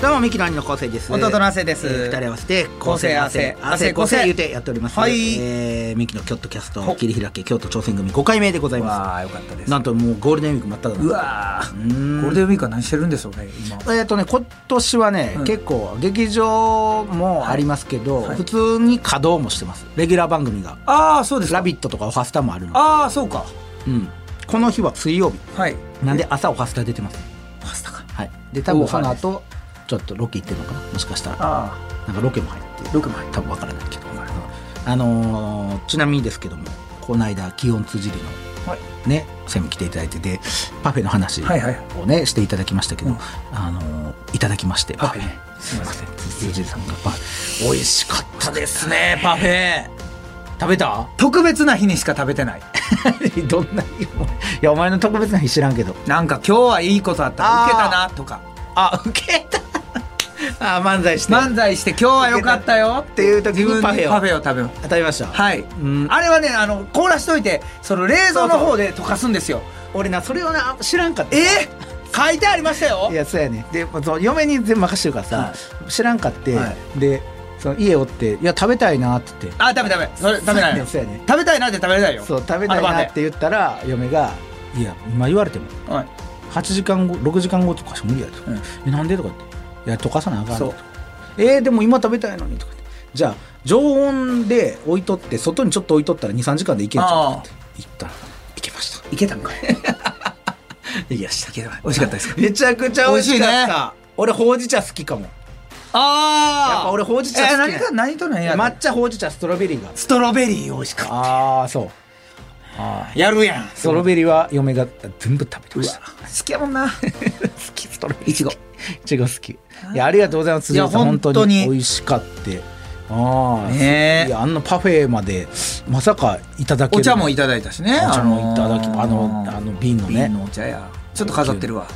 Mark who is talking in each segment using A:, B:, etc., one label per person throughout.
A: どうもミキの兄の構成です
B: 弟の亜生です
A: えー二人合わせて
B: 構成
A: 汗
B: 亜生
A: 構成
B: 構成
A: 言うてやっております
B: はい
A: えーミキのキョットキャスト
B: ほ
A: 切り開け京都挑戦組5回目でございます
B: わあよかったです
A: なんともうゴールデンウィーク真っ只中
B: うわーゴールデンウィークは何してるんでしょうね今
A: えーとね、今年はね、
B: うん
A: 結構劇場もありますけど、
B: はい
A: 普通に稼働もしてますレギュラー番組が
B: ああそう
A: 「
B: ですか
A: ラビット!」とか「オハスタ」もあるの、
B: ああそうか
A: うん、この日は水曜日
B: はい
A: なんで朝「オハスタ」出てます、
B: パスタか
A: はい、で多分その
B: オハです
A: 後ちょっとロケ行ってるのかなもしかしたら
B: あ
A: なんかロケも入って
B: あ6枚
A: 多分わからないけど、あのーちなみにですけどもこの間祇園辻りの
B: はい
A: ね専務来ていただいてでパフェの話をね、
B: はいはい
A: していただきましたけど、
B: うん
A: あのーいただきまして
B: パフェねす
A: す
B: い
A: い
B: ま
A: ま
B: せ
A: せ
B: ん
A: ん辻さんがパフェ美味しかった ですねパフェ食べた
B: 特別な日にしか食べてない
A: どんな日もいやお前の特別な日知らんけど
B: なんか今日はいいことあった
A: あー
B: 受けたなとか
A: あ受けたあ漫才して
B: 漫才して今日は良かったよっていう時
A: 自分
B: に
A: に
B: パ
A: パ
B: フ
A: フ
B: ェ
A: ェ
B: を
A: を
B: 食べます
A: 当たりました、
B: はい
A: ん
B: あれはねあの凍らしといてその冷蔵の方で溶かすんですよ
A: 俺なそれをな知らんかった
B: えー書いてありましたよ
A: いやそうやねでまあそう嫁に全部任してるからさ、
B: は
A: 知らんかって、
B: は
A: でその家おって「いや食べたいな」って言って
B: あダメダメそれ食べない
A: そうやね
B: 食べたいなって食べれないよ
A: そう食べたいなって言ったら嫁が「いや今言われても
B: あのパフェはい
A: 8時間後6時間後とかしか無理や」とか、
B: うん
A: えなんで?」とかって「いや溶かさなあかん」
B: そ
A: と
B: う
A: か「えー、でも今食べたいのに」とかって「じゃあ常温で置いとって外にちょっと置いとったら23時間でいけんちゃう」とかって言ったら「いけました」
B: いけたんかい
A: いけました
B: けた美味しかったですか
A: めちゃくちゃ美味しか
B: 美
A: っ
B: 味
A: た、俺ほうじ茶好きかも
B: あ
A: やっぱ俺ほうじ茶好き
B: えー
A: なん
B: 何か何と何や
A: 抹茶ほうじ茶ストロベリーが
B: ストロベリー美味しかっ
A: ああそう
B: たやるやん
A: ストロベリーは嫁が全部食べてま
B: う
A: し
B: わ
A: た
B: 好きやもん な
A: 好きストロベリー
B: いちご
A: いちご好きいやありがとうございます
B: いや
A: 辻さん
B: 本
A: 本
B: 当
A: 当
B: に
A: に美味しかってああ
B: ねえ
A: いやあんなパフェまでまさかいただける
B: お茶もいただいたしね
A: お茶もいただきあのあの瓶のね
B: 瓶のお茶やちょっと飾ってるわ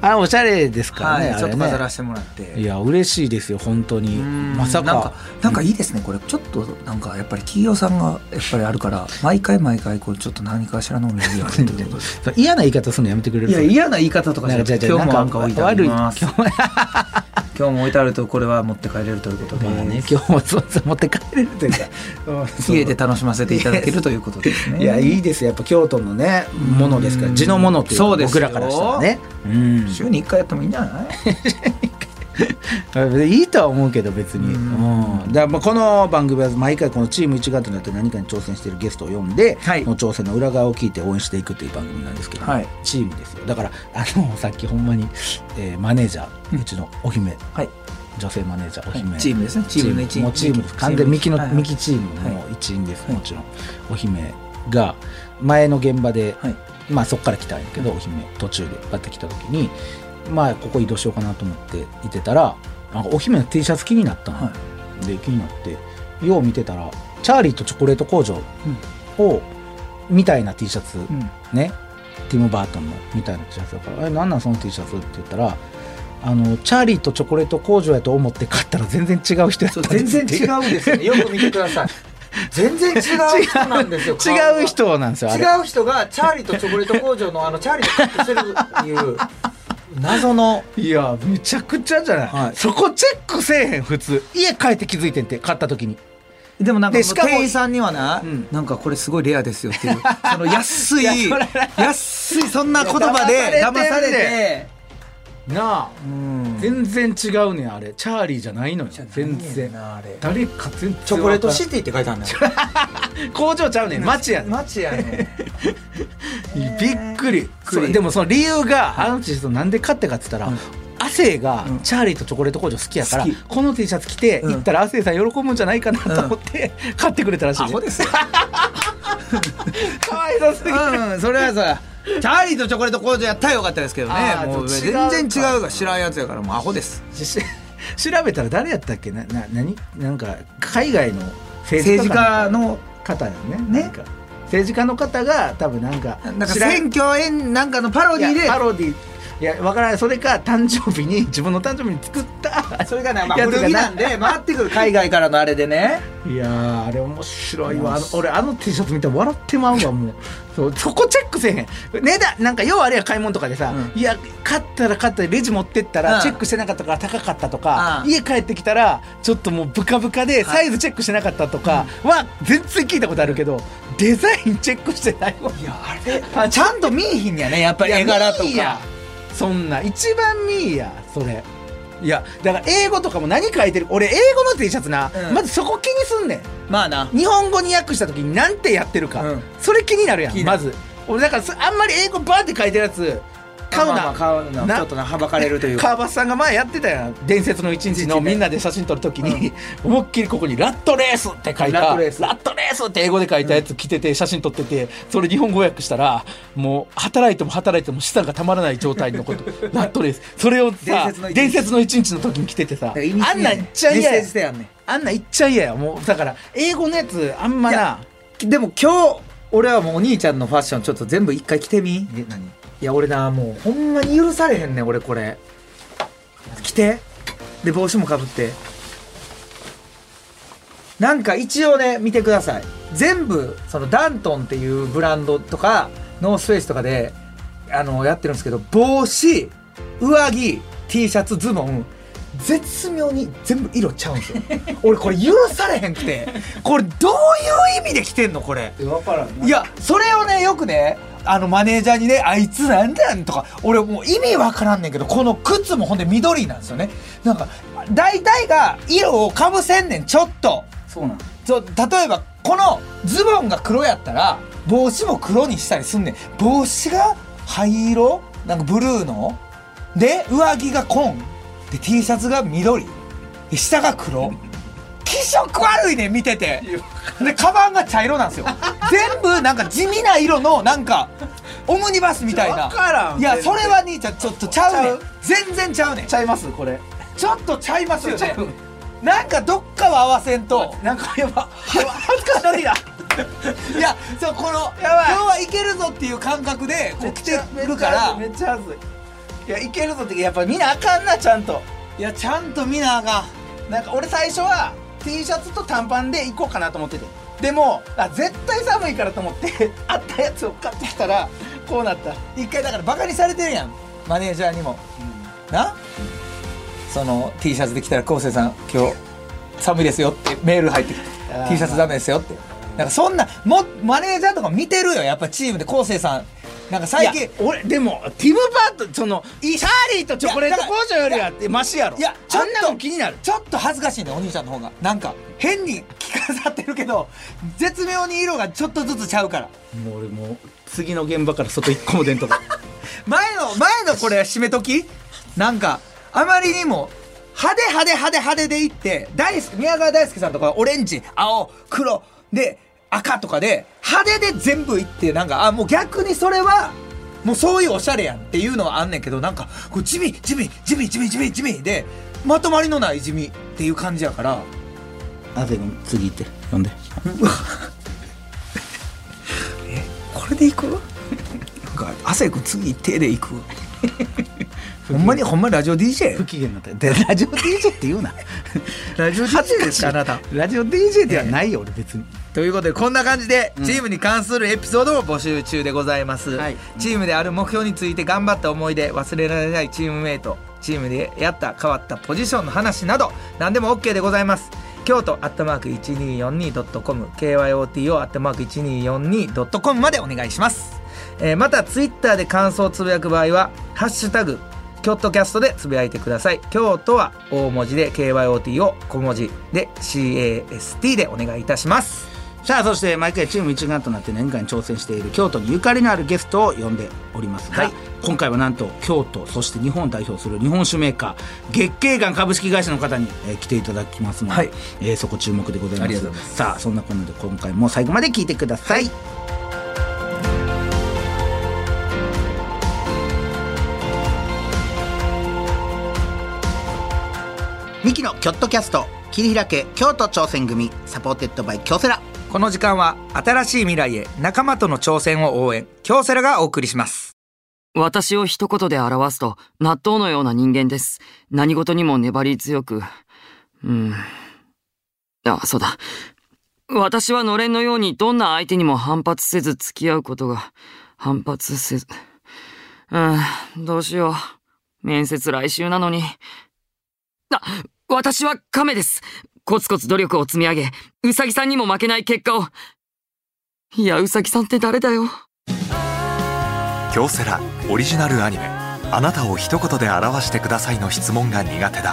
A: あれおしゃれですから
B: は
A: ね,、
B: いちょっと飾ら
A: し
B: せてもらって
A: いや嬉しいですよ本当に
B: うん
A: まさか
B: なんかなんかいいですねこれちょっとなんかやっぱり企業さんがやっぱりあるから毎回毎回こうちょっと何かしらのお水があるってことで
A: そう嫌な言い方するのやめてくれる
B: いや嫌な言い方とかじ
A: な
B: ゃ
A: ん
B: な
A: か
B: くて
A: じゃ
B: 今
A: あ
B: 日もなんか置いてあ
A: 悪
B: り
A: い
B: ます
A: 今日も
B: 今日も置いてあるとこれは持って帰れるということで、
A: まあね今日もそうそう持って帰れるという かうんそう
B: 家で楽しませていただけるということですね
A: いやいいですよやっぱ京都のねものですか
B: う
A: ら
B: ん
A: 地のものっていうか
B: そうです
A: 僕
B: よ
A: らからしたらねうん
B: 週に1回やってもいいんじゃない
A: いいとは思うけど別に、う
B: う
A: んんだからまあこの番組は毎回このチーム一丸となって何かに挑戦しているゲストを呼んで、
B: はい
A: その挑戦の裏側を聞いて応援していくという番組なんですけど、
B: はい
A: チームですよだからあのさっきほんまに、えーマネージャーうちのお姫、
B: はい
A: 女性マネージャーお姫、
B: チームですねチームの一員
A: もうチームです完全にミキの、
B: はいはい
A: ミキチームの一員です、もちろんお姫が前の現場で、
B: はい
A: まあそこから来たんやけど、お姫途中でバッて来た時にまあここ移動しようかなと思っていてたらなんかお姫の T シャツ気になったの、
B: は
A: で気になってよう見てたら「チャーリーとチョコレート工場を」みたいな T シャツ、
B: うん
A: ねティム・バートンのみたいな T シャツだから「えなんなんその T シャツ?」って言ったら「あのチャーリーとチョコレート工場やと思って買ったら全然違う人やった
B: そ
A: ん
B: う
A: です」
B: 全然違
A: う
B: うんですよねよく見てください全然違う人なんですよ
A: 違う人なんですよあれ
B: 違う人がチャーリーとチョコレート工場のあのチャーリーとカットしてるって いう謎の
A: いやめちゃくちゃじゃない、
B: はい
A: そこチェックせえへん普通家帰って気づいてんって買った時に
B: でもなんか
A: で
B: もう
A: しかも
B: 店員さんにはな、
A: うん
B: なんかこれすごいレアですよっていう その安い
A: いやそれ
B: 安いそんな言葉で
A: いや
B: 騙
A: 騙
B: さ
A: さ
B: れ
A: れてん
B: て
A: なあ
B: うん
A: 全然違うねんあれチャーリーじゃないのよ全然
B: あれ
A: 誰か全然
B: チョコレート
A: わか
B: シティって書いてあ るんだよ
A: らん工場ちゃうねん町やねん
B: 街やね
A: びっくりそれでもその理由があの人なんで買ってかって言ったら、
B: うん
A: 亜生が
B: うん
A: チャーリーとチョコレート工場好きやから、
B: 好き
A: この T シャツ着て
B: うん
A: 行ったら亜生さん喜ぶんじゃないかなと思って、買ってくれたらしい、
B: ア
A: ね
B: ホ、ですよ、
A: かわいそうすぎる
B: うん、それはさチャーリーとチョコレート工場やったらよかったですけどね
A: あー
B: もう
A: ちょっと違う
B: 全然違うが知らんやつやからもうアホです
A: し 調べたら誰やったっけなな何なんか海外の政
B: 政
A: 治
B: 治
A: 家
B: 家の
A: 方やね
B: ね
A: なんか政治家の方が多分なんか
B: なんか
A: 知ら
B: 選挙演なんかのパロディ
A: いやパ
B: で
A: ロディいやわからないそれか誕生日に自分の誕生日に作った
B: それがね、まあ、
A: いや
B: 古着なんで回ってくる海外からのあれでね
A: いやーあれ面白いわあの
B: 面白
A: 俺あの T シャツ見たら笑ってまうわもうそうそこチェックせえへん値段なんか要はあれや買い物とかでさ、
B: う
A: いや買ったら買ったでレジ持ってった
B: う
A: ら
B: ん
A: チェックしてなかったから高かったとか、
B: うん
A: 家帰ってきたらちょっともうブカブカでサイズチェックしてなかったとかは全然聞いたことあるけど、デザインチェックしてないわ
B: いやあれあちゃんと見えひんやねやっぱり絵柄と
A: いや見いや
B: か
A: そんな一番見いやそれいやだから英語とかも何書いてる俺英語の T シャツな、
B: うん
A: まずそこ気にすんねん
B: まあな
A: 日本語に訳した時に何てやってるか、
B: うん
A: それ気になるや
B: 気
A: ん
B: にな
A: ま
B: る
A: ず俺だからそあんまり英語バーって書いてるやつ買うな、
B: まあまあ買うな
A: な
B: ちょっとなはばかれるというか
A: 川端さんが前やってたやん伝説の一日
B: 一
A: の
B: 日ね
A: みんなで写真撮るときに、 思いっきりここに「ラットレース」って書いた
B: ラットレース
A: ラットレースって英語で書いたやつ着てて写真撮っててそれ日本語訳したらもう働いても働いても資産がたまらない状態の ことラットレースそれをさ
B: 伝説
A: 伝説の
B: の一日
A: 一日の時に着ててさ
B: だから意味
A: あんなんいっちゃ
B: メッ
A: 嫌
B: セー
A: や
B: ジしてやんね
A: あんなんいっちゃ嫌やもうだから英語のやつあんま
B: い
A: な
B: やでも今日俺はもうお兄ちゃんのファッションちょっと全部一回着てみ
A: え何
B: いや俺なもうほんまに許されへんねん俺これ着てで帽子もかぶってなんか一応ね見てください全部そのダントンっていうブランドとかノースフェイスとかであのやってるんですけど帽子上着 T シャツズボン絶妙に全部色ちゃうんですよ俺これ許されへんくてこれどういう意味で着てんのこれ
A: 分からん
B: いやそれをねよくねあのマネージャーにねあいつなんだんとか俺もう意味わからんねんけどこの靴もほんで緑なんですよねなんか大体が色をかぶせんねんちょっと
A: そうなん
B: そう例えばこのズボンが黒やったら帽子も黒にしたりすんねん帽子が灰色なんかブルーので上着が紺で T シャツが緑で下が黒 気色悪いねん見ててでカバンが茶色なん ですよ全部なんか地味な色のなんかオムニバスみたいな
A: わからん
B: いやそれは兄ちゃんちょっとちゃうねん
A: ち
B: 全然ちゃうねん
A: ちゃいますこれ
B: ちょっとちゃいますよ
A: ちゃ
B: ね
A: う
B: なんかどっかは合わせんと
A: なんかやば恥ずかしいない
B: やそうこの今日
A: やばい
B: はいけるぞっていう感覚でこう来てるから
A: めっちゃ恥ずいいやいけるぞってやっぱ見なあかんなちゃんと
B: いやちゃんと見なあかん
A: なんか俺最初は T シャツと短パンで行こうかなと思っててでもあ絶対寒いからと思って あったやつを買ってきたらこうなった
B: 一回だからバカにされてるやんマネージャーにも、な、その T シャツで来たら昴生さん今日寒いですよってメール入ってきて
A: あー
B: T シャツダメですよってなんかそんなもマネージャーとか見てるよやっぱチームで昴生さんなんか最
A: いや
B: 近
A: 俺でもティム・バートそのチャーリーとチョコレート工場よりはマシやろ
B: いやちょ
A: あ
B: っ
A: ん
B: と
A: なの気になる
B: ちょっと恥ずかしいねお兄ちゃんの方がなんか変に着飾ってるけど絶妙に色がちょっとずつちゃうから
A: もう俺もう次の現場から外一個も出 んとか
B: 前の前のこれ締めときなんかあまりにも派手派手派手派手でいって大好き宮川大輔さんとかはオレンジ青黒で赤とかで派手で全部いってなんかあもう逆にそれはもうそういうおしゃれやんっていうのはあんねんけどなんかこう地味地味地味地味地味地味でまとまりのない地味っていう感じやから
A: あでも次行って呼んで
B: これでいくなんか亜生君次手でい くほんまにほんまにラジオ DJ
A: 不機嫌になったでラジオ DJ って言うな
B: ラジオ DJ ですかあなた
A: ラジオ DJ ではないよ、俺別に
B: ということでこんな感じで
A: うん
B: チームに関するエピソードを募集中でございます、
A: はい
B: チームである目標について頑張った思い出忘れられないチームメイトチームでやった変わったポジションの話など何でも OK でございます京都アットマーク 1242.com KYOT をアットマーク 1242.com までお願いします、えーまたツイッターで感想をつぶやく場合は「ハッシュタグ京都キャスト」でつぶやいてください京都は大文字で KYOT を小文字で CAST でお願いいたします
A: さあそして毎回チーム一丸となって年間に挑戦している京都にゆかりのあるゲストを呼んでおりますが、
B: はい
A: 今回はなんと京都そして日本を代表する日本酒メーカー月桂館株式会社の方に、えー来ていただきますので、
B: はい
A: えーそこ注目でございます
B: ありがとうございます
A: さあそんなこんなで今回も最後まで聞いてくださいミキのキョットキャスト切り開け京都挑戦組サポーテッドバイ京セラ
B: この時間は新しい未来へ仲間との挑戦を応援京セラがお送りします
C: 私を一言で表すと、納豆のような人間です。何事にも粘り強く。うん。あ、そうだ。私はのれんのようにどんな相手にも反発せず付き合うことが、反発せず。うん、どうしよう。面接来週なのに。あ、私は亀です。コツコツ努力を積み上げ、うさぎさんにも負けない結果を。いや、うさぎさんって誰だよ。
D: 京セラオリジナルアニメ「あなたを一言で表してください」の質問が苦手だ「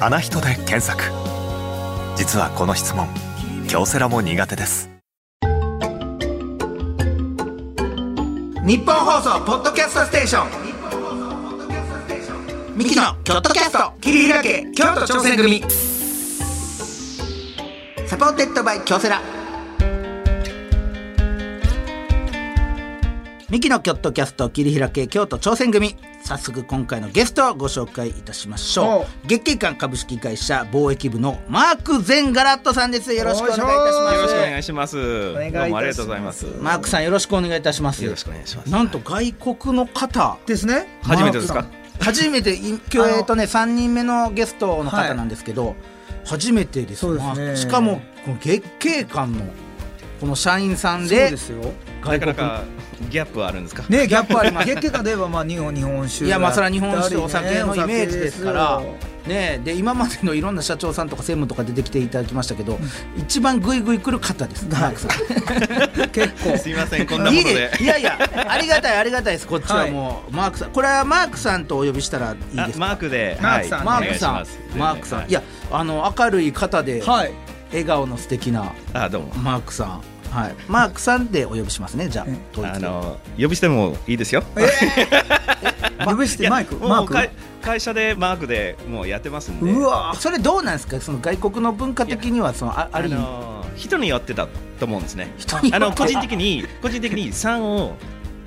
D: あな人」で検索実はこの質問京セラも苦手です
B: 日本放送ポッドキャストステーション
A: ミキの京都キャスト
B: 切り開け京都挑戦組
A: サポーテッドバイ京セラミキの京都キャスト切り開け京都挑戦組早速今回のゲストをご紹介いたしまし
B: お
A: ょ
B: う
A: う月経館株式会社貿易部のマーク・ゼンガラットさんですよろしくお願いいたします
E: よろしくお願いします。
B: 願いいたします
E: どうもありがとうございます。
A: マークさんよろしくお願いいたします
E: よろしくお願いします。
A: なんと外国の方
B: ですね
E: 初めてですか。
A: 初めてい今
B: あの
A: 日えっとね3人目のゲストの
B: は
A: 方
B: い
A: なんですけど、初めてです,、
B: そうですね
A: しかもこの月経館のこの社員さん
B: そう
A: で
B: ですよ
E: な
A: 外
E: か
A: 国
E: なかギャップはあるんですか。
B: ねギャップあります月経館で言えばまあ日本日本酒
A: いやまあ
B: だ
A: それは日本酒
B: だりね
A: お酒のイメージですから
B: お酒で
A: ねえで今までのいろんな社長さんとか専務とか出てきていただきましたけど、一番グイグイ来る方です、マークさん
B: すよ結構
E: すいません、こんなも
A: い
E: の
A: い
E: で
A: で。いやいやありがたいありがたいですこっちはもう、マークさんこれはマークさんとお呼びしたらいいです
E: あ
A: か
E: マークで。
B: マークさん
A: マ
E: はいお
A: ー
E: 願い
A: ク
E: し
A: さん
E: ます、
A: マークさん、い
E: や。
A: や、あの明るい方で、
B: はい
A: 笑顔の素敵な
E: あ、どうも。
A: マークさん。はい、マークさんでお呼びしますね、じゃあ
B: え、
A: 統一
E: あ
A: で
E: の、呼びしてもいいですよ。
B: 呼び捨てマイク
E: もう
B: マーク
E: 会会社でマークで、もうやってますんで。
B: うわ
A: それどうなんですか、その外国の文化的には、そのあ、あ
E: あ
A: る意味。
E: の、人によってだと思うんですね。
A: 人によ
E: あ
A: って
E: の、個人的に、個人的に三を。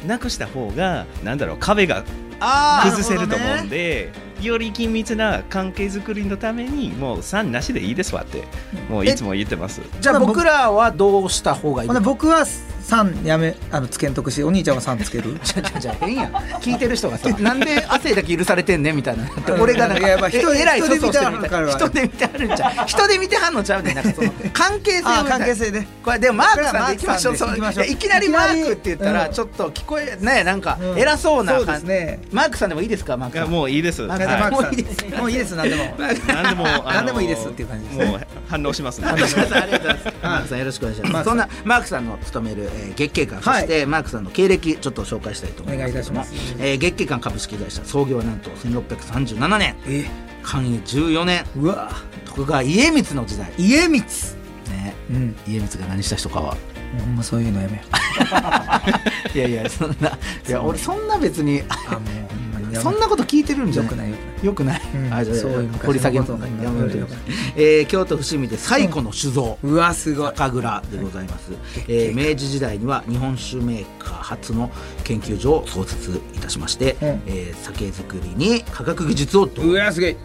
E: なくした方が、なんだろう、壁が
A: あー
E: 崩せると思
A: な
E: うん
A: ほどね
E: で、より緊密な関係づくりのためにもう3なしでいいですわってもういつも言ってます
A: じゃあ、僕らはどうした方がいい
B: ほ
A: の
B: んで
A: か。
B: 僕は3やめあのつけんとくしお兄ちゃんは3つけ る
A: じゃあじゃあ変やん聞いてる人が さなんで汗だけ許されてんねんみたいな
B: うん
A: 俺がなんか
B: いやまあ
A: え
B: 人で
A: えらい
B: 人で見てはる
A: 粗相してるみたいな人
B: 人
A: で見てはるんちゃう人で見てはんのちゃうねんなんかその関係性みたい
B: あ
A: な
B: 関係性で
A: これでもマークさんでいきましょう
B: 僕らマ
A: そう
B: ークさんでいきましょう
A: いやいきなりマークって言った
B: う
A: ら
B: ん
A: ちょっと聞こえねなんか偉そうな
B: そうで
A: 感
B: す
A: じ
B: ね
A: マークさんでもいいですかマー
E: い
A: クさん
E: やもういいです、は
B: あ
E: い、
B: じゃあマーク
A: もういいです
B: さんもういいです何 でも
E: 何でも、あの
B: 何でもいいですっていう感じですね
E: もう反応しますね
A: ありがとうございますありがとうございます。マークさんよろしくお願いし
B: マ
A: ます。
B: ークさん
A: そんなマークさんの勤める、えー月経館、
B: はい
A: そしてマークさんの経歴ちょっと紹介したいと思いますけども。
B: お願いいたし
A: えー月経館株式会社創業はなんと1637年、
B: え
A: 寛永14年、
B: うわ
A: 徳川家光の時代。
B: 家光
A: ね、
B: うん
A: 家光が何した人かは。
B: ほんまそういうのやめよう
A: いやいやそんな、いや俺そんな別に
B: あもうほんま にやめよう
A: そんなこと聞いてるんじゃ
B: よ
A: ない
B: くないよくな
A: よ
B: い
A: くない。
B: うん
A: あじゃあ
B: そういう昔のこと
A: 掘り下げます
B: うん
A: やめてよえー京都伏見で最古の酒造。
B: うわすごい
A: 酒蔵でございます、えー明治時代には日本酒メーカー初の研究所を創設いたしまして、
B: うん
A: えー酒造りに科学技術を導入
B: うわすげえ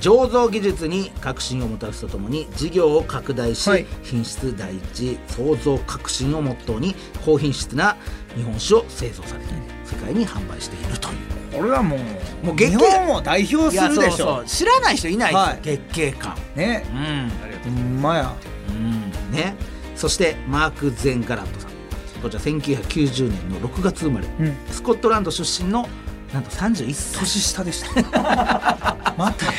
A: 醸造技術に革新をもたらすとともに事業を拡大し、
B: はい
A: 品質第一創造革新をモットーに高品質な日本酒を製造されて世界に販売しているという
B: これはもうもう日
A: 日
B: 本
A: 本
B: を代表
A: い
B: す
A: や
B: る
A: そう
B: でし
A: そ
B: ょ
A: う知らない人いないです、
B: はい
A: 月経感
B: ね
A: うん
B: ほんまや
A: うんね、そしてマーク・ゼン・ガラントさんこちら1990年の6月生まれ、
B: ん
A: スコットランド出身のなんと31歳
B: 年下でした またや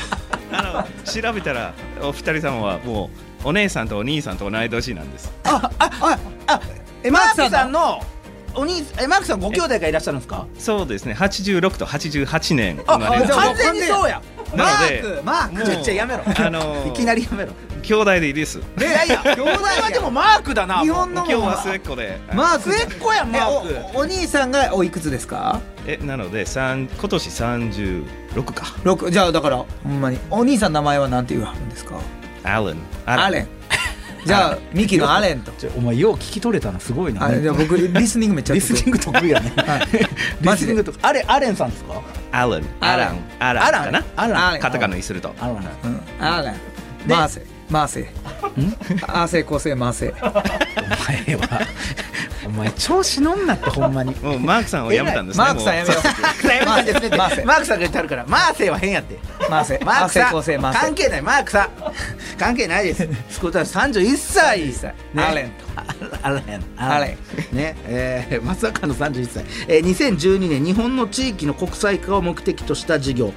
E: あの調べたらお二人様はもうお姉さんとお兄さんと同い年なんです
B: え
A: マ
B: マー
A: ー
B: ク
A: ク
B: さん
A: さ
B: だ
A: んのお兄えマークさんご兄弟がいらっしゃるんですか
E: そうですね86と88年生ま
A: あ
E: れ
B: じゃあ
E: な
A: 完全にそうや
B: マ
E: ので
B: ークマー
E: も
B: ク
E: う
A: ちょちょやめろ
E: あの ー
A: いきなりやめろ
E: 兄弟でいいです
A: いやいや兄弟はでもマークだな
B: 日
A: もう
B: 本の
E: 今
B: も
E: 日は末っ子で、
B: マーク
A: 末っ子やんマ
B: え
A: ーク
B: おお兄さんがおいくつですか
E: えなので三今年36か
B: 六じゃあだからほんまにお兄さんの名前はなんて言わはるんですか
E: アレン
B: アレンじゃあミキのアレンと
A: ちょお前よう聞き取れたのすごい
B: あじゃあ僕リスニングめっちゃ
A: リスニング得意やね
B: マ
A: リ
B: ジ
A: ス
B: で
A: ニングとかあれアレンさんですか
E: アレンアランアランかな
A: アラン
E: カタカナにすると
A: アラン
B: うんアレンマーセマーセイアーセイ構成マーセイ
A: お前はお前調子乗んなってほんまに
E: もうマークさんを辞めたんですね
B: マークさんやめよ うマーセイマーセイ
F: マークさんが言ってあるからマーセイは変やって
B: マーセイ
F: マ
B: マ
F: ー
B: ー
F: ク
B: セイ
F: さ
B: 構成
F: ん
B: マーセイ
F: 関係ないマークさ ん関係ないですスコットランド31歳
B: 31歳アレン
A: あらへん
B: あらへん
A: ねえーまさかの31歳、えー2012年日本の地域の国際化を目的とした事業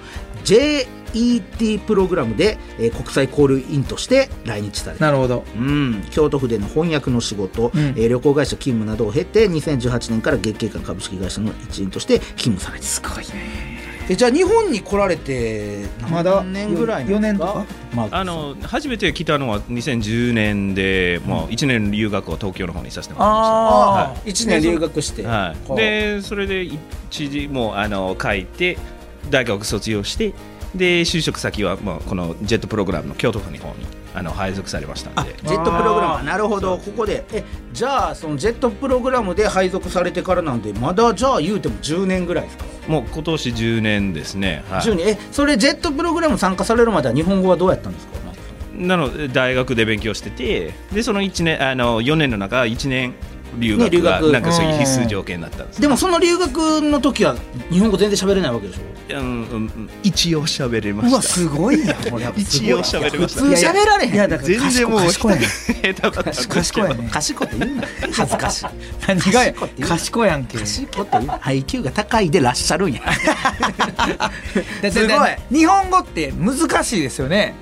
A: JET プログラムで、えー国際交流員として来日された
B: なるほど
A: うん、京都府での翻訳の仕事、
B: うん
A: えー旅行会社勤務などを経て2018年から月経館株式会社の一員として勤務されてすごいねえじゃあ日本に来られて
B: まだ
A: 何年ぐらい
B: よ
A: なん
B: 四
A: です
B: 年
A: まあ
E: あの初めて来たのは2010年で、もう1年留学を東京の方にさせてもらいました。
A: 1
B: あ
A: 年留学して、
E: はい、でそれで一時もうあの書いて大学卒業してで就職先はもうこのジェットプログラムの京都府の方にあの配属されましたんで
A: ジェットプログラム
B: あー
A: なるほどここでえじゃあそのジェットプログラムで配属されてからなんでまだじゃあ言うても10年ぐらいですか、
E: もう今年10年ですね、はい
A: 10年えそれジェットプログラム参加されるまでは日本語はどうやったんですか
E: なので大学で勉強しててでその一年あの4年の中1年留
A: ね留
E: 学が
A: 学
E: なんかそういう必
B: うん
E: 須条件だったんです、
A: でもその留学の時は日本語全然喋れないわけでしょ
E: うんうんうん一応喋れま
B: あうわ
E: し
B: すごいやんこれ
A: やっぱすごい
E: 一応喋れました
A: 普通喋られへん
B: いやだから
E: 全然もう
B: 賢いね
E: た下手だったんですけど
B: 賢いね
A: 賢いって言うな 恥ずかしい
B: 何が
A: 賢いっ
B: や
A: て言う
B: 賢いやんけ
A: 賢いって言うな IQ が高いでらっしゃるんや
B: だって
A: すごい
B: 日本語って難しいですよね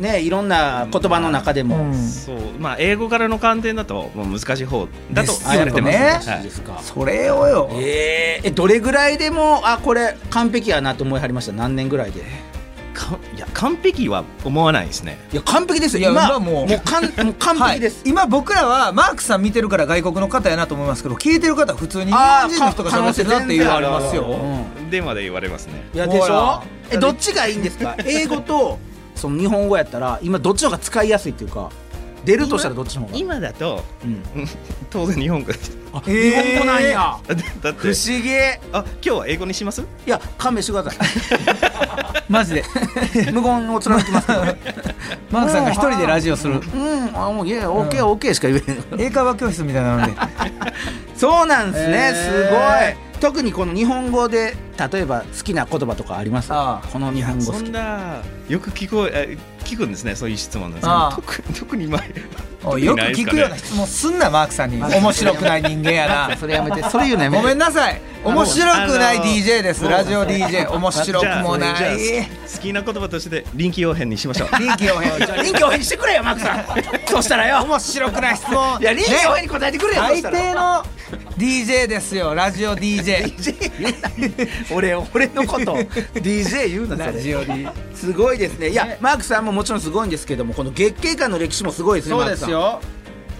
A: ねいろんな言葉の中でも、
E: そうまあ英語からの観点だともう難しい方だと
B: ですよね
E: 言われてますはい
A: ですか
B: それをよ
A: えーえどれぐらいでもあこれ完璧やなと思いはりました何年ぐらいで
E: かいや完璧は思わないですね
A: いや完璧です
B: いや
A: よ今
B: 今も
A: も
B: う
A: う完 もう完璧です、
B: はい、今僕らはマークさん見てるから外国の方やなと思いますけど聞いてる方は普通に日本人の人が喋ってるなっていうのはあります
A: あ可能性全然ある
B: よ
E: でまで言われますね
A: いやでし
B: ほ
A: ょ
B: ら
A: えどっちがいいんです か英語とその日本語やったら今どっちの方が使いやすいっていうか出るとしたらどっちの方が
E: 今だと
A: うん
E: 当然日本語です
A: あ
B: えー
A: 日本語なんや
E: だだって
B: 思議
E: あ今日は英語にします
A: いや勘弁してくださ
B: マジで
A: い 無言を貫きますけど
B: マークさんが一人でラジオする
A: うんあもういやオッケーオッケーしか言えない
B: 英会話教室みたいなので
A: そうなんですね、
B: へ
A: すごい特にこの日本語で例えば好きな言葉とかあります
B: ああ
A: この日本語好
E: そん
A: き
E: なよく聞こえあ聞くんですねそういう質問なんです
B: ああ
E: けど特特に前
B: おいよく聞くような質問すんなマークさんに面白くない人間やな
A: それやめてそれ言うのやめて
B: ごめんなさい面白くない
E: あのー
B: DJ ですラジオ DJ 面白くもな
E: じゃあ
B: い
E: じゃあ好きな言葉として臨機応変にしましょう
B: 臨機応変
A: 臨機応変にしてくれよマックさんそしたらよ
B: 面白くない質 問
A: いや臨機応変に答えてくれよ、そ
B: 大
A: したら
B: 抵の DJ ですよラジオ DJ
A: 俺俺のこと DJ 言うな
B: ラ
A: それ
B: ジオ DJ
A: すごいですねいやマークさんももちろんすごいんですけどもこの月経館の歴史もすごいですね
B: そうですよ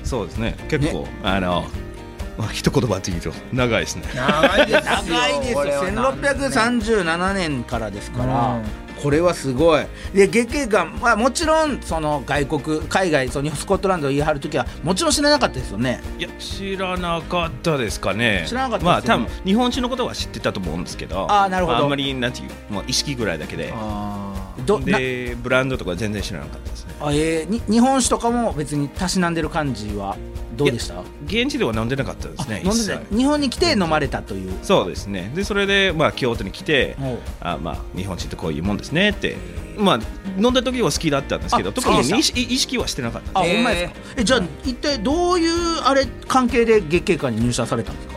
E: そうですね結構あのまあ一言ばって言うと長いですね
B: 長いですよ
A: マークさん長いですよ
B: これは
A: 1637
B: 何年
A: 年からですから、
B: うん
A: これはすごいで月経館はもちろんその外国海外そのスコットランドを言い張る時はもちろん知らなかったですよね
E: いや知らなかったですかね
A: 知らなかったですよね
E: まあ多分日本史のことは知ってたと思うんですけど
A: あーなるほど
E: まあ、あんまりなんていうもう意識ぐらいだけで
A: どな
E: でブランドとか全然知らなかったですね
A: あえーに日本酒とかも別にたしなんでる感じはどうでした
E: 現地では飲んでなかったですね
A: 飲ん
E: 一
A: で
E: 切
A: た日本に来て飲まれたという
E: そうですねでそれで、まあ、京都に来て
A: おう
E: あまあ日本人ってこういうもんですねってまあ飲んだ時は好きだったんですけど
A: あ
E: 特に
A: 好きで
E: 意識意識はしてなかった
A: あ、
B: えー
A: ほんまですかえじゃあ一体どういうあれ関係で月経館に入社されたんですか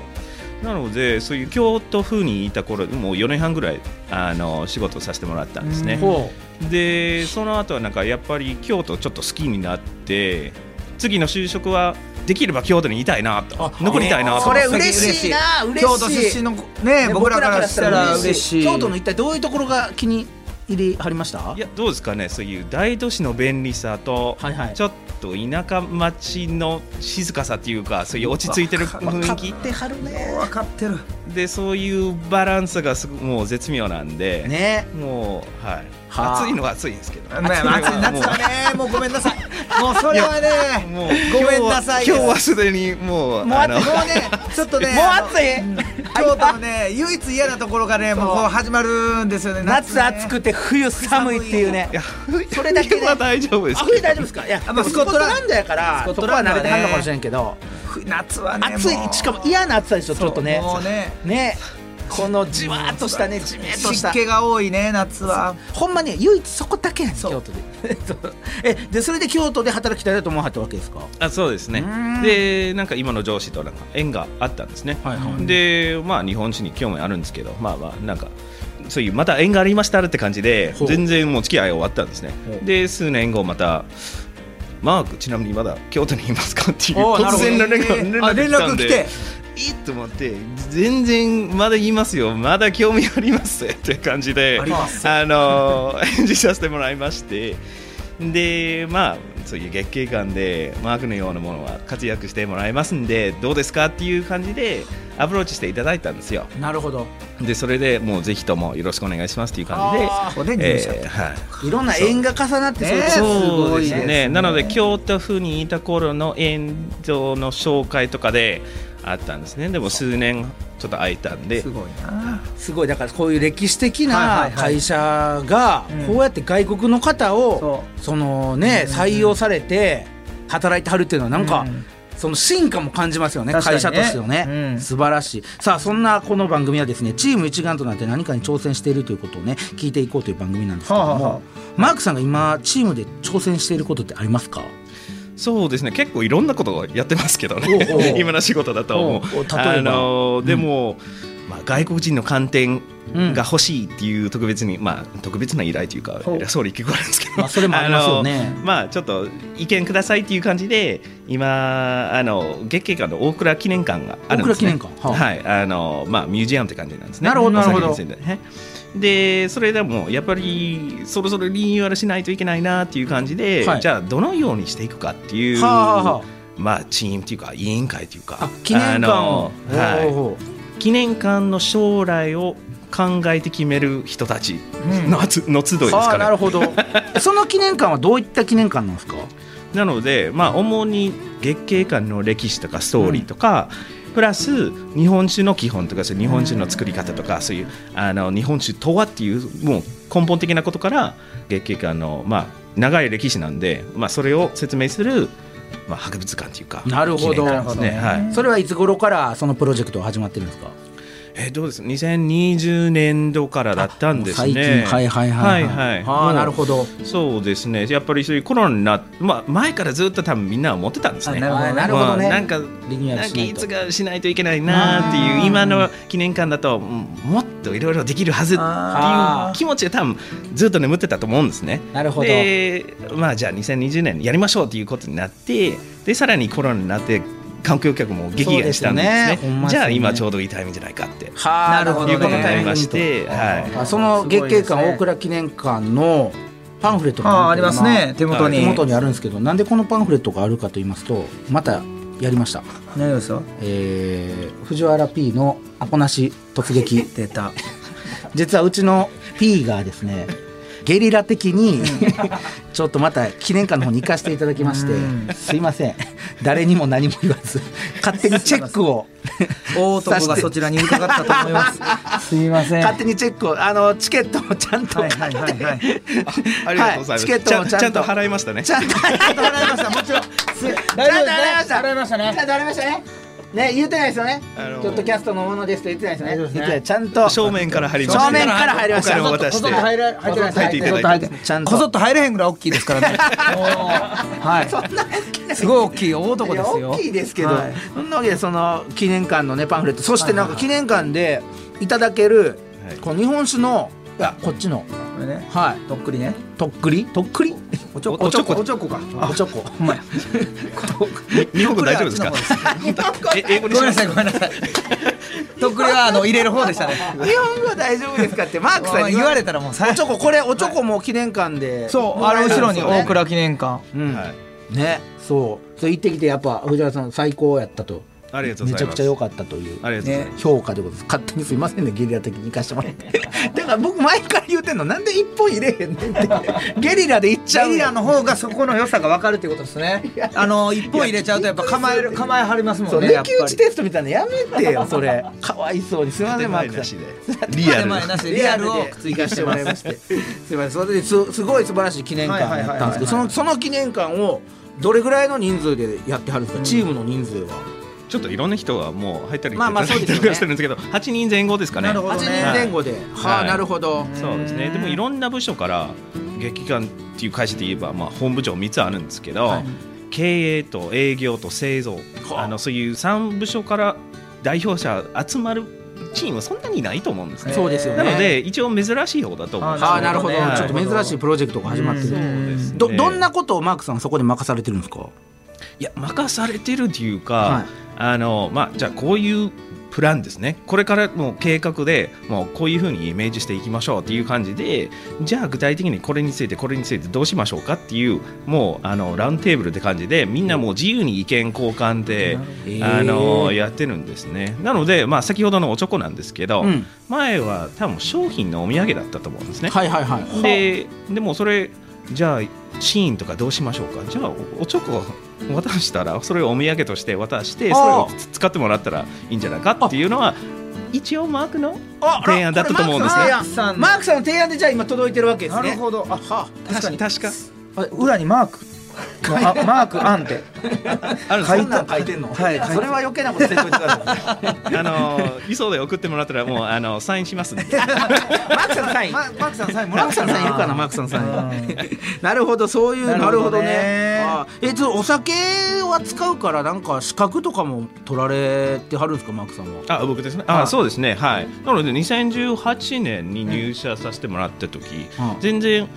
E: なのでそういう京都府にいた頃もう4年半ぐらいあの仕事をさせてもらったんですね
B: うん
A: ほ
E: でその後はなんかやっぱり京都ちょっと好きになって次の就職はできれば京都にいたいなと残りたいなと
A: それ
B: そう
A: 嬉しいな嬉しい
B: 京都出身のね
A: ね
B: 僕らからしたら嬉しい
A: 京都の一体どういうところが気に入りはりました
E: いやどうですかねそういう大都市の便利さと、
A: はいはい
E: ちょっと田舎町の静かさっていうかそういう落ち着いてる雰囲気
A: てはるね
B: 分かってる
E: でそういうバランスがすごもう絶妙なんで、
A: ね
E: もうはい
A: はあ
E: 暑いのは暑いんですけど
B: まあまあ暑い夏だねもうごめんなさいもうそれはね
E: もう
B: ごめんなさい
E: 今日は今日はすでにもう
B: もうあ
E: あ
B: って
E: の
B: もうねちょっとね
F: もう暑い
B: あのうん京都のね唯一嫌なところがねもうこう始まるんですよね
F: 夏
B: ね
F: 暑くて冬寒いっていうね
E: いや
F: それだけね
E: 冬は大丈夫です
A: あ冬大丈夫ですかいや
B: あまあ
A: スコットランドやから
B: スコ
A: そ
B: ッ
A: こ
B: ト
A: は
B: ランド
A: 慣れ
B: はね
A: てはんのかもしれんけど
B: 夏はね
A: 暑い
B: もう
A: しかも嫌な暑さでしょちょっとね
B: もうね
A: ねこのじわーっとしたねじめっとし
B: 湿
A: た
B: 気が多いね夏は
A: ほんまね唯一そこだけやねん
B: そう
A: 京都で そうえでそれで京都で働きたいなと思わはったわけですか
E: あそうですね
A: うん
E: でなんか今の上司となんか縁があったんですね、でまあ日本史に興味あるんですけどまあまあなんかそういうまた縁がありましたらって感じで
A: ほう
E: 全然もう付き合い終わったんですね
A: ほう
E: で数年後またマークちなみにまだ京都にいますかっていう
A: おーな
E: 突
A: るほど
E: 然の連絡
B: あ
E: が
B: 連
E: 連絡来た
B: 絡
E: ん
B: 来
E: で
B: て
E: えっと思って全然まだ言いますよまだ興味あります って感じで
B: あります
E: あのー 返事させてもらいましてでまあそういう月経感でマークのようなものは活躍してもらいますんでどうですかっていう感じでアプローチしていただいたんですよ
A: なるほど
E: でそれでもうぜひともよろしくお願いしますっていう感じで
A: あ
B: おでん入社
E: えーはい
A: いろんな縁が重なって
B: ね
A: そう
B: す
E: そ
B: ご
E: う
B: い
E: で
B: ですすね
E: ねなので京都府にいた頃の炎上の紹介とかであったんですねでも数年ちょっと空いたんです
B: ごいな
A: すごいだからこういう歴史的
B: はいは
A: ない
B: はい
A: 会社が
B: うん
A: こうやって外国の方を
B: そ
A: そのね
B: うん
A: 採用されて働いてはるっていうのはなんか
B: うん
A: その進化も感じますよね
B: 確かに
A: 会
B: ね
A: 社としてのね
B: うん
A: 素晴らしいさあそんなこの番組はですねチーム一丸となって何かに挑戦しているということをね聞いていこうという番組なんですけど
B: はあはあはあ
A: もマークさんが今チームで挑戦していることってありますか
E: そうですね結構いろんなことをやってますけど
A: おうおう
E: ね 今の仕事だと思う
A: おうおう例えば
E: あのでも、まあ、外国人の観点が欲しいっていう特別に、まあ、特別な依頼というか
B: ほう
E: 総理結構あるんですけど、
A: まあそれもありますよね
E: あのまあちょっと意見くださいっていう感じで今あの月経館の大倉記念館があるんです、ね、
A: 大倉記念館はあ
E: はいあのまあミュージアムって感じなんですね
A: なるほどなるほど
E: 大阪に住んでねでそれでもやっぱりそろそろリニューアルしないといけないなっていう感じで、
A: はい
E: じゃあどのようにしていくかっていう、
A: はあはあは
E: まあ、チームっていうか委員会っていうか
A: あ記念館を
E: あのはい
A: おうおうおう
E: 記念館の将来を考えて決める人たち
B: うん
E: の集の集いです
A: あ
E: か
A: あ
E: ね
A: な。るほどその記念館はどういった記念館なんですか
E: なので、まあ、主に月経館の歴史とかストーリーとか、プラス日本酒の基本とかそういう日本酒の作り方とか、そういうあの日本酒とはっていうもう根本的なことから月経館の、まあ、長い歴史なんで、まあ、それを説明する、まあ、博物館っていうか
A: なるほど
E: 記念館ですね。
B: なるほど
E: はい
A: それはいつ頃からそのプロジェクトは始まってるんですか
E: えーどうです2020年度からだったんですね。
A: 最近はいはいはい
E: はいはい
A: ああなるほど
E: そうですねやっぱりそういうコロナになまあ、前からずっと多分みんな思ってたんですね。
B: あなるほ
A: なるほど
B: どね
A: ね
E: まあなんか
A: リニューア
E: な
A: ルし
E: んか
A: ない
E: いつ
A: と
E: かしないといけないなっていう今の記念館だとうんもっといろいろできるはずってい
A: あ
E: う
A: ー
E: 気持ちで多分ずっと眠ってたと思うんですね。
A: なるほど
E: でまあじゃあ2020年やりましょうということになってでさらにコロナになって観光客も激減したんです
A: そう
E: ね
A: ですよねほんまです
E: じ
A: よね
E: ゃあ今ちょうどいいタイミングじゃないかって。
A: はあ
B: なるほどね
E: いうことになりまし
A: なる
E: て、はい
A: ほどあその月経館大倉記念館のパンフレットが
B: あー
A: なん
B: あり
A: と今
B: ますね手元に
A: 手元にあるんですけどなんでこのパンフレットがあるかと言いますとまたやりました、
B: 何をですよ
A: えー、藤原 P のアポなし突撃
B: 出た
A: 実はうちの P がですねゲリラ的に ちょっとまた記念館の方に行かせていただきまして
B: うん
A: すいません誰にも何も言わず勝手にチェックを
B: 大男がそちらに伺ったと思います すいません
A: 勝手にチェックをあのチケットもちゃんと
B: はい
A: 買
B: はい
A: って、
B: はいはい
E: ありがとうございます。
A: はいチケットもちゃんと
E: ちゃんと払いましたね。
A: ちゃんと払いましたもちろん
B: 大丈夫ですね
A: ちゃんと払いました
B: 払いましたね
A: ちゃんと払いましたねね言ってないですよね
E: あの
A: ちょっとキャストのものですと言ってないですよね
B: 大丈夫ですね
A: 言ってないちゃんと
E: 正面から貼りました
A: 正面から入りました
E: お金を渡
A: こ
E: して
A: そっと入ら入ってください
E: 入っていただいて
A: ちゃんと
B: こそっと入れへんぐらい大きいですからねもうはいすごい大きい大男
A: い
B: で
A: や
B: すよ
A: 大きいですけど、
B: はい
A: そんなわけでその記念館のねパンフレットそしてなんか記念館でいただける、
E: はい
A: この日本酒のいやこっちの
B: これね
A: はい
B: とっくりね
A: とっくりとっくり
B: おちょこ
E: おちょこ
B: おちょこか
A: おちょこ
B: ほんまや
E: 日本語大丈夫ですか
B: とっくりはあっちの方です
E: え英語に
B: ご
E: し
B: めん
E: ま
B: な
E: す
B: さいごめんなさいとっくりはあの入れる方でしたね
A: 日本語大丈夫ですかってマークさんに
B: 言
A: 言わ
B: わ
A: れ
B: れ
A: た
B: たらもう
A: お
B: 最
A: ちょここれおちょこも記念館で
B: そうあの後ろに
A: 倉
B: 大倉記念館
A: うん
E: はい
A: ねそうそれ行ってきてやっぱ藤原さん最高やったと
E: ありがとう
A: め
E: ご
A: ち
E: ざ
A: ゃ
E: いま
A: く
E: す
A: ちゃ良かったという
E: ありがとうございます
A: 評価でございます勝手にすいませんねゲリラ的に行かしてもらって だから僕前から言うてんのなんで一本入れへんねんってゲリラで行っちゃ
B: ゲ
A: う
B: リ
A: や
B: ラ
A: ん
B: の方がそこの良さが分かるってことですねあの一本入れちゃうとやっぱ構える構え張りますも
A: そうん
B: ねや
A: 抜
B: っ
A: き打
B: ぱ
A: ち
B: り
A: テストみたいなのやめてよそれかわいそうにすいませんマークさん
E: でリアル
B: 建前なしでリアルを追加してもらいまして
A: て すいませんそれですすごい素晴らしい記念館やったんですけどそ
B: は
A: のその記念館をどれぐらいの人数でやってはるんですか、チームの人数は
E: ちょっといろんな人がもう入ったり
A: まあまあ
E: 出たり
A: そうですよね
E: とかしてるんですけど8人前後ですかね
B: なるほど
A: 8
B: ね
A: 人前後で、はあ
E: はい
A: なるほど、
E: そうですねでもいろんな部署から劇団っていう会社で言えば、まあ、本部長3つあるんですけど、経営と営業と製造あのそういう3部署から代表者集まるチームはそんなにないと思うんですね。
A: そうですよね
E: なので一応珍しい方だと思うんです
A: はあ
B: ー
A: なるほど、
E: はい
A: ちょっと珍しいプロジェクトが始まってる、
B: うん
E: そうですね
A: どどんなことをマークさんそこで任されてるんですか、
E: いや任されてるというか、
A: はい
E: あのまあじゃあこういうプランですねこれからもう計画でもうこういうふうにイメージしていきましょうっていう感じでじゃあ具体的にこれについてこれについてどうしましょうかっていうもうあのラウンドテーブルって感じでみんなもう自由に意見交換で、あのやってるんですねなので、まあ、先ほどのおちょこなんですけど、
A: うん
E: 前は多分商品のお土産だったと思うんですね。
A: はいはいはい
E: ででもそれじゃあシーンとかどうしましょうかじゃあおおチョコ渡したらそれをお土産として渡して
A: あー
E: それをつ使ってもらったらいいんじゃないかっていうのは一応マークの提案だったと思うんです
A: あ
E: ね。
A: らこれマークさんの提案マークさんの提案でじゃあ今届いてるわけです
B: な
A: ね
B: るほどあ
A: は
B: 確かに
E: 確か
B: あ裏にマークのあマークあんって
E: あるんです
A: あ、
E: よ
A: そんなん書いてんの、
B: はい書いて
A: それは余計なことせんといてくだ さい
E: あのー急いで送ってもらったらもうあのサインします んで
A: マークさんのサイン
B: ママークさんサインも
A: マー
B: らおう
A: クさんさんいるかなマークさんさん なるほどそういうな
B: な
A: る
B: る
A: ほ
B: ほ
A: ど
B: ど
A: ね
B: ね
A: あーえちょっとお酒は使うからなんか資格とかも取られてはるんですかマークさんは
E: あ僕ですね
A: は
E: あ
A: い
E: そうですねはいなので2018年に入社させてもらった時、
A: うん
E: 全然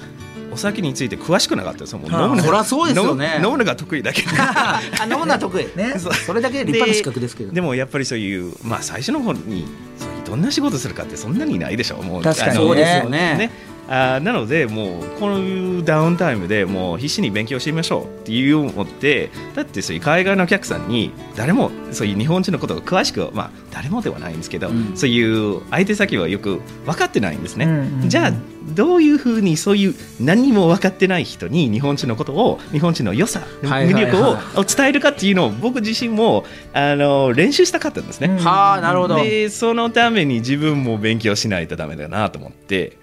E: お酒について詳しくなかったですもう飲むのが
A: そりゃそうですよね
E: 飲む飲むのが得意だけで
A: あ飲むのは得意ねそれだけ立派な資格ですけど
E: でもやっぱりそういう、まあ、最初の方にそういうどんな仕事するかってそんなにないでしょもう
B: 確かに
E: あの
A: そうですよね
E: ねあーなのでもうこういうダウンタイムでもう必死に勉強してみましょうっていう思ってだってそういう海外のお客さんに誰もそういう日本人のことを詳しくまあ誰もではないんですけど、
A: うん
E: そういう相手先はよく分かってないんですね、
B: うんうん
E: じゃあどういうふうにそういう何も分かってない人に日本人のことを日本人の良さ
A: はいはいはい
E: 魅力をを伝えるかっていうのを僕自身もあの練習したかったんですね。
A: はあなるほど
E: でそのために自分も勉強しないとダメだなと思って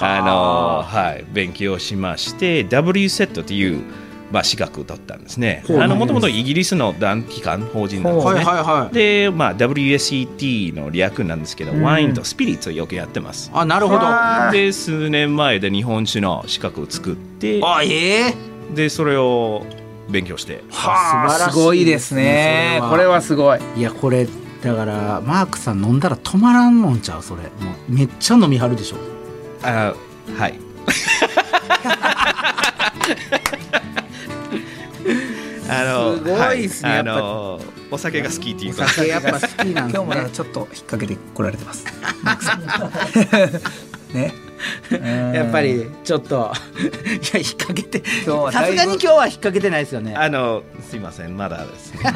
E: あの、はい、勉強しまして W セットっていう、まあ、資格を取ったんですね
A: ほう
E: もともとイギリスの団機関法人なんですね、
A: はいはいはい
E: で、まあ、WSET の略なんですけど、
B: うん
E: ワインとスピリッツをよくやってます
A: あなるほどあ
E: で数年前で日本酒の資格を作って
A: ええ
E: でそれを勉強して
A: はあ
B: すごいですねこれはすごい
A: いやこれだからマークさん飲んだら止まらんのんちゃうそれもうめっちゃ飲みはるでしょ
E: あはい。あの
B: すごいっすね
E: は
B: や
E: あ
B: っぱ
E: のお酒が好きっていうか
A: やっぱ好きなん
B: 今日もなんかちょっと引っ掛けてこられてますね
A: やっぱりちょっといや引っ掛けて
B: 日は
A: さ
B: だい
A: す
B: ぶ
A: がに今日は引っ掛けてないですよね
E: あのすいませんまだです ね。
B: こ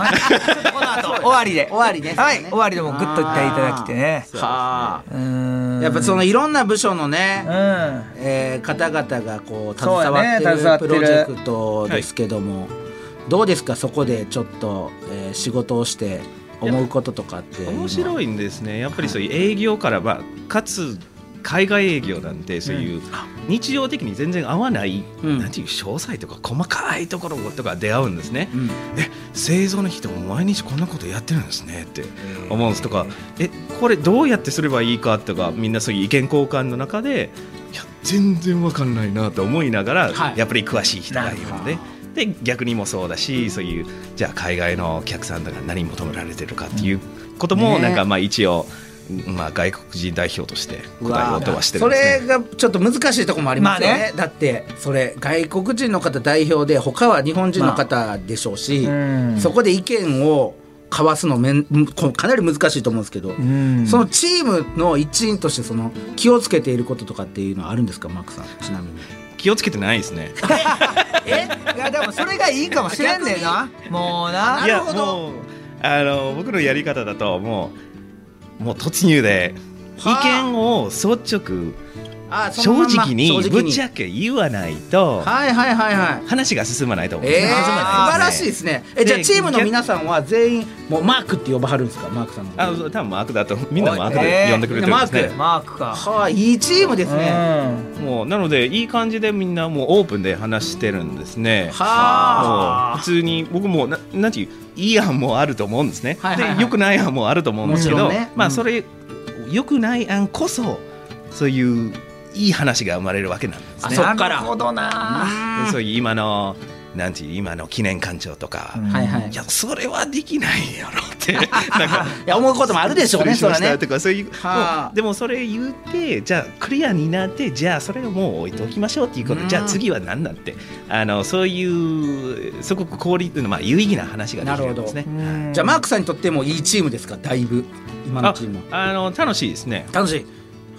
B: の後終わりで
A: 終わりね
B: はい
A: そうね
B: 終わりでもグッといっていただきてね
A: は
B: うー
A: あ
B: ん
A: やっぱそのいろんな部署の
B: う
A: ね、
B: ん
A: えー方々がこう
B: そ
A: 携
B: うや
A: わ
B: ね
A: ってる
B: 携わって
A: プ
B: る
A: ロジェクトですけども、どうですかそこでちょっと、えー仕事をして思うこととかって
E: 面
A: い
E: 白いんですねやっぱりそういう営業からまあかつ海外営業なんてそういう日常的に全然合わない、
A: うん
E: なんていう詳細とか細かいところとか出会うんですね。
A: うのは、
E: え製造の人も毎日こんなことやってるんですねって思うんですとかえこれどうやってすればいいかとかみんなそういう意見交換の中でいや全然わかんないなと思いながら、
A: はい
E: やっぱり詳しい人がいるの
A: なる
E: で。で逆にもそうだしそういうじゃあ海外のお客さんとか何求められてるかっていうことも、
A: ね
E: なんかまあ一応、まあ、外国人代表として答えようとはしてる
A: そ
E: んです、ね
A: れ、がちょっと難しいところもありますよね,、
B: ま
A: だ
B: あ
A: ってそれ外国人の方代表で他は日本人の方でしょうし、
B: うん
A: そこで意見を交わすのめんこかなり難しいと思うんですけど、
B: うん
A: そのチームの一員としてその気をつけていることとかっていうのはあるんですかマークさんちなみに
E: 気をつけてないですね。
B: いやでもそれがいいかもしれんねんなもうない
E: やもうあの僕のやり方だともうもう突入で意
A: はあ
E: 見を率直
A: あそのまん
E: 正
A: ま
E: 直に
A: 正
E: ぶっちゃけ言わないと
A: はいはいはいはい
E: 話が進まないと思う、
A: えー、素
E: 進
A: 晴
E: まな
A: ら
E: いです
A: しい
E: ね
A: ですねえじゃあ
E: で
A: チームの皆さんは全員もうマークって呼ばはるんですかマークさんのこと
E: あそう多分マークだとみんなマーク
B: え
E: で
B: ー
E: 呼んでくれてるんですね、
B: マークか
A: はあいいチームですねは
B: ね
E: もうなのでいい感じでみんなもうオープンで話してるんですねもう
A: あ
E: 普通に僕もななんていういい案もあると思うんですね、
A: はいはいはい
E: で良くない案もあると思うんですけ
A: も
E: ど、
A: ちろんね
E: ま
A: う
E: あ
A: ん
E: それ良くない案こそそういういい話が生まれるわけなんです
A: あ
E: ね
A: そっから
B: なるほどな
E: でそういう今のなんていう今の記念館長とか、
B: うん
A: はいはい
E: い
A: い
E: やそれはできないやろってなんか
A: や思うこともあるでしょうね
E: 失
A: そ
E: 礼
A: れ
E: しま
A: は
E: した
A: ね
E: とかそういう、
A: はあ
E: もうでもそれ言ってじゃあクリアになってじゃあそれをもう置いておきましょうっていうこと、
A: うん
E: じゃあ次は何だってあのそういうすごく効率のまあ有意義な話ができるんですね。
A: じゃあマークさんにとってもいいチームですかだいぶ今の
E: あ
A: チームは
E: あの楽しいですね。
A: 楽しい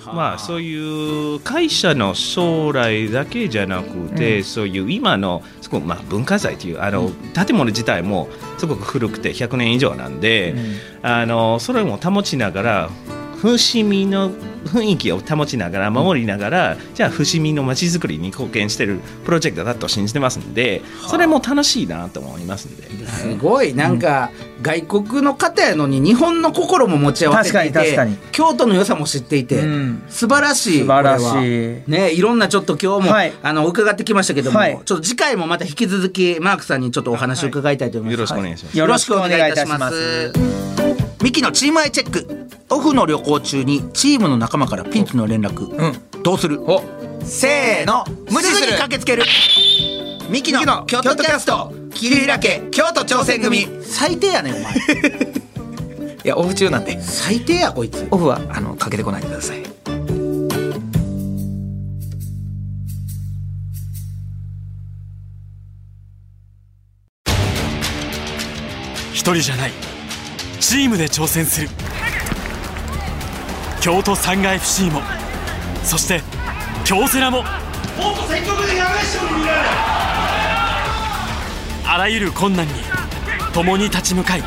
E: まあ、そういう会社の将来だけじゃなくて、そういう今のすごくまあ文化財というあの、建物自体もすごく古くて100年以上なんで、あのそれも保ちながら伏見の雰囲気を保ちながら守りながら、じゃあ伏見の街づくりに貢献してるプロジェクトだと信じてますんでそれも楽しいなと思いますんで。
A: すごいなんか外国の方やのに日本の心も持ち合わせていて
B: 確かに確か
A: 京都の良さも知っていて、
B: うん
A: 素晴らしい
B: 素晴らしい
A: これはねいろんなちょっと今日も、
B: はい
A: あの伺ってきましたけども、
B: はい
A: ちょっと次回もまた引き続きマークさんにちょっとお話を伺いたいと思います、
E: よろしくお願いします
A: よろしくお願いいたします。ミキのチームアイチェック。オフの旅行中にチームの仲間からピンチの連絡。どうする？せーの、無視する。駆けつける。ミキの京都キャスト、桐平家京都挑戦組。最低やねお 前。
B: いやオフ中なんで
A: 最低やこいつ。
B: オフはあのかけてこないでください
G: 一人じゃないチームで挑戦する京都サンガ FC もそして京セラもあらゆる困難に共に立ち向かい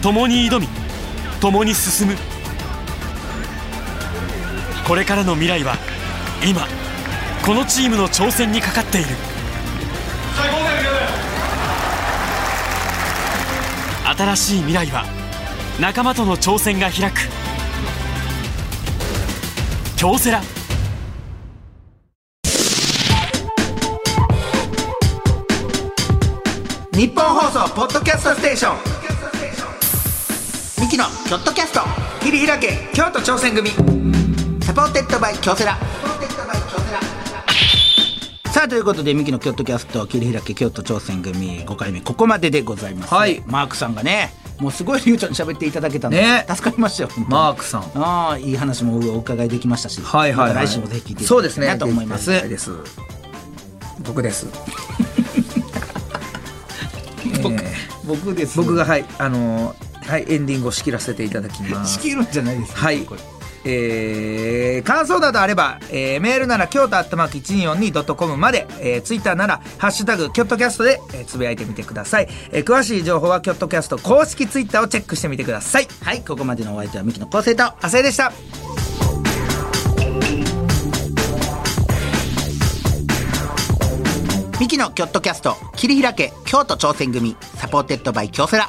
G: 共に挑み共に進むこれからの未来は今このチームの挑戦にかかっている新しい未来は仲間との挑戦が開く京セラ
A: 日本放送ポッドキャストステーション。ミキの京都キャスト、桐平家京都挑戦組。サポーテッドバイ京セラ。さあということでミキの京都キャスト桐平家京都挑戦組5回目ここまででございます、
B: はい
A: マークさんがねもうすごいりゅうちゃんに喋っていただけたので、
B: ね
A: 助かりましたよ本当に
B: マークさん
A: ああいい話もお伺いできましたし、
B: はいはい、
A: ま
B: はい、
A: た来週もぜひ聞いていた
B: そう
A: だき
B: です
A: たい
B: ね
A: なと思います
B: ぜひ聞きたいです僕です僕、えー
A: 僕です
B: 僕がはいあのーはいエンディングを仕切らせていただきます
A: 仕切るんじゃないですか
B: はい
A: これ。
B: えー感想などあれば、えーメールなら京都アットマーク 1242.com まで、えーツイッターなら「ハッシュタグキョットキャストで」えーつぶやいてみてください、えー詳しい情報はキョットキャスト公式ツイッターをチェックしてみてください
A: はいここまでのお相手はミキの昴生と
B: 亜生でした
A: ミキのキョットキャスト桐平家京都挑戦組サポーテッドバイ京セラ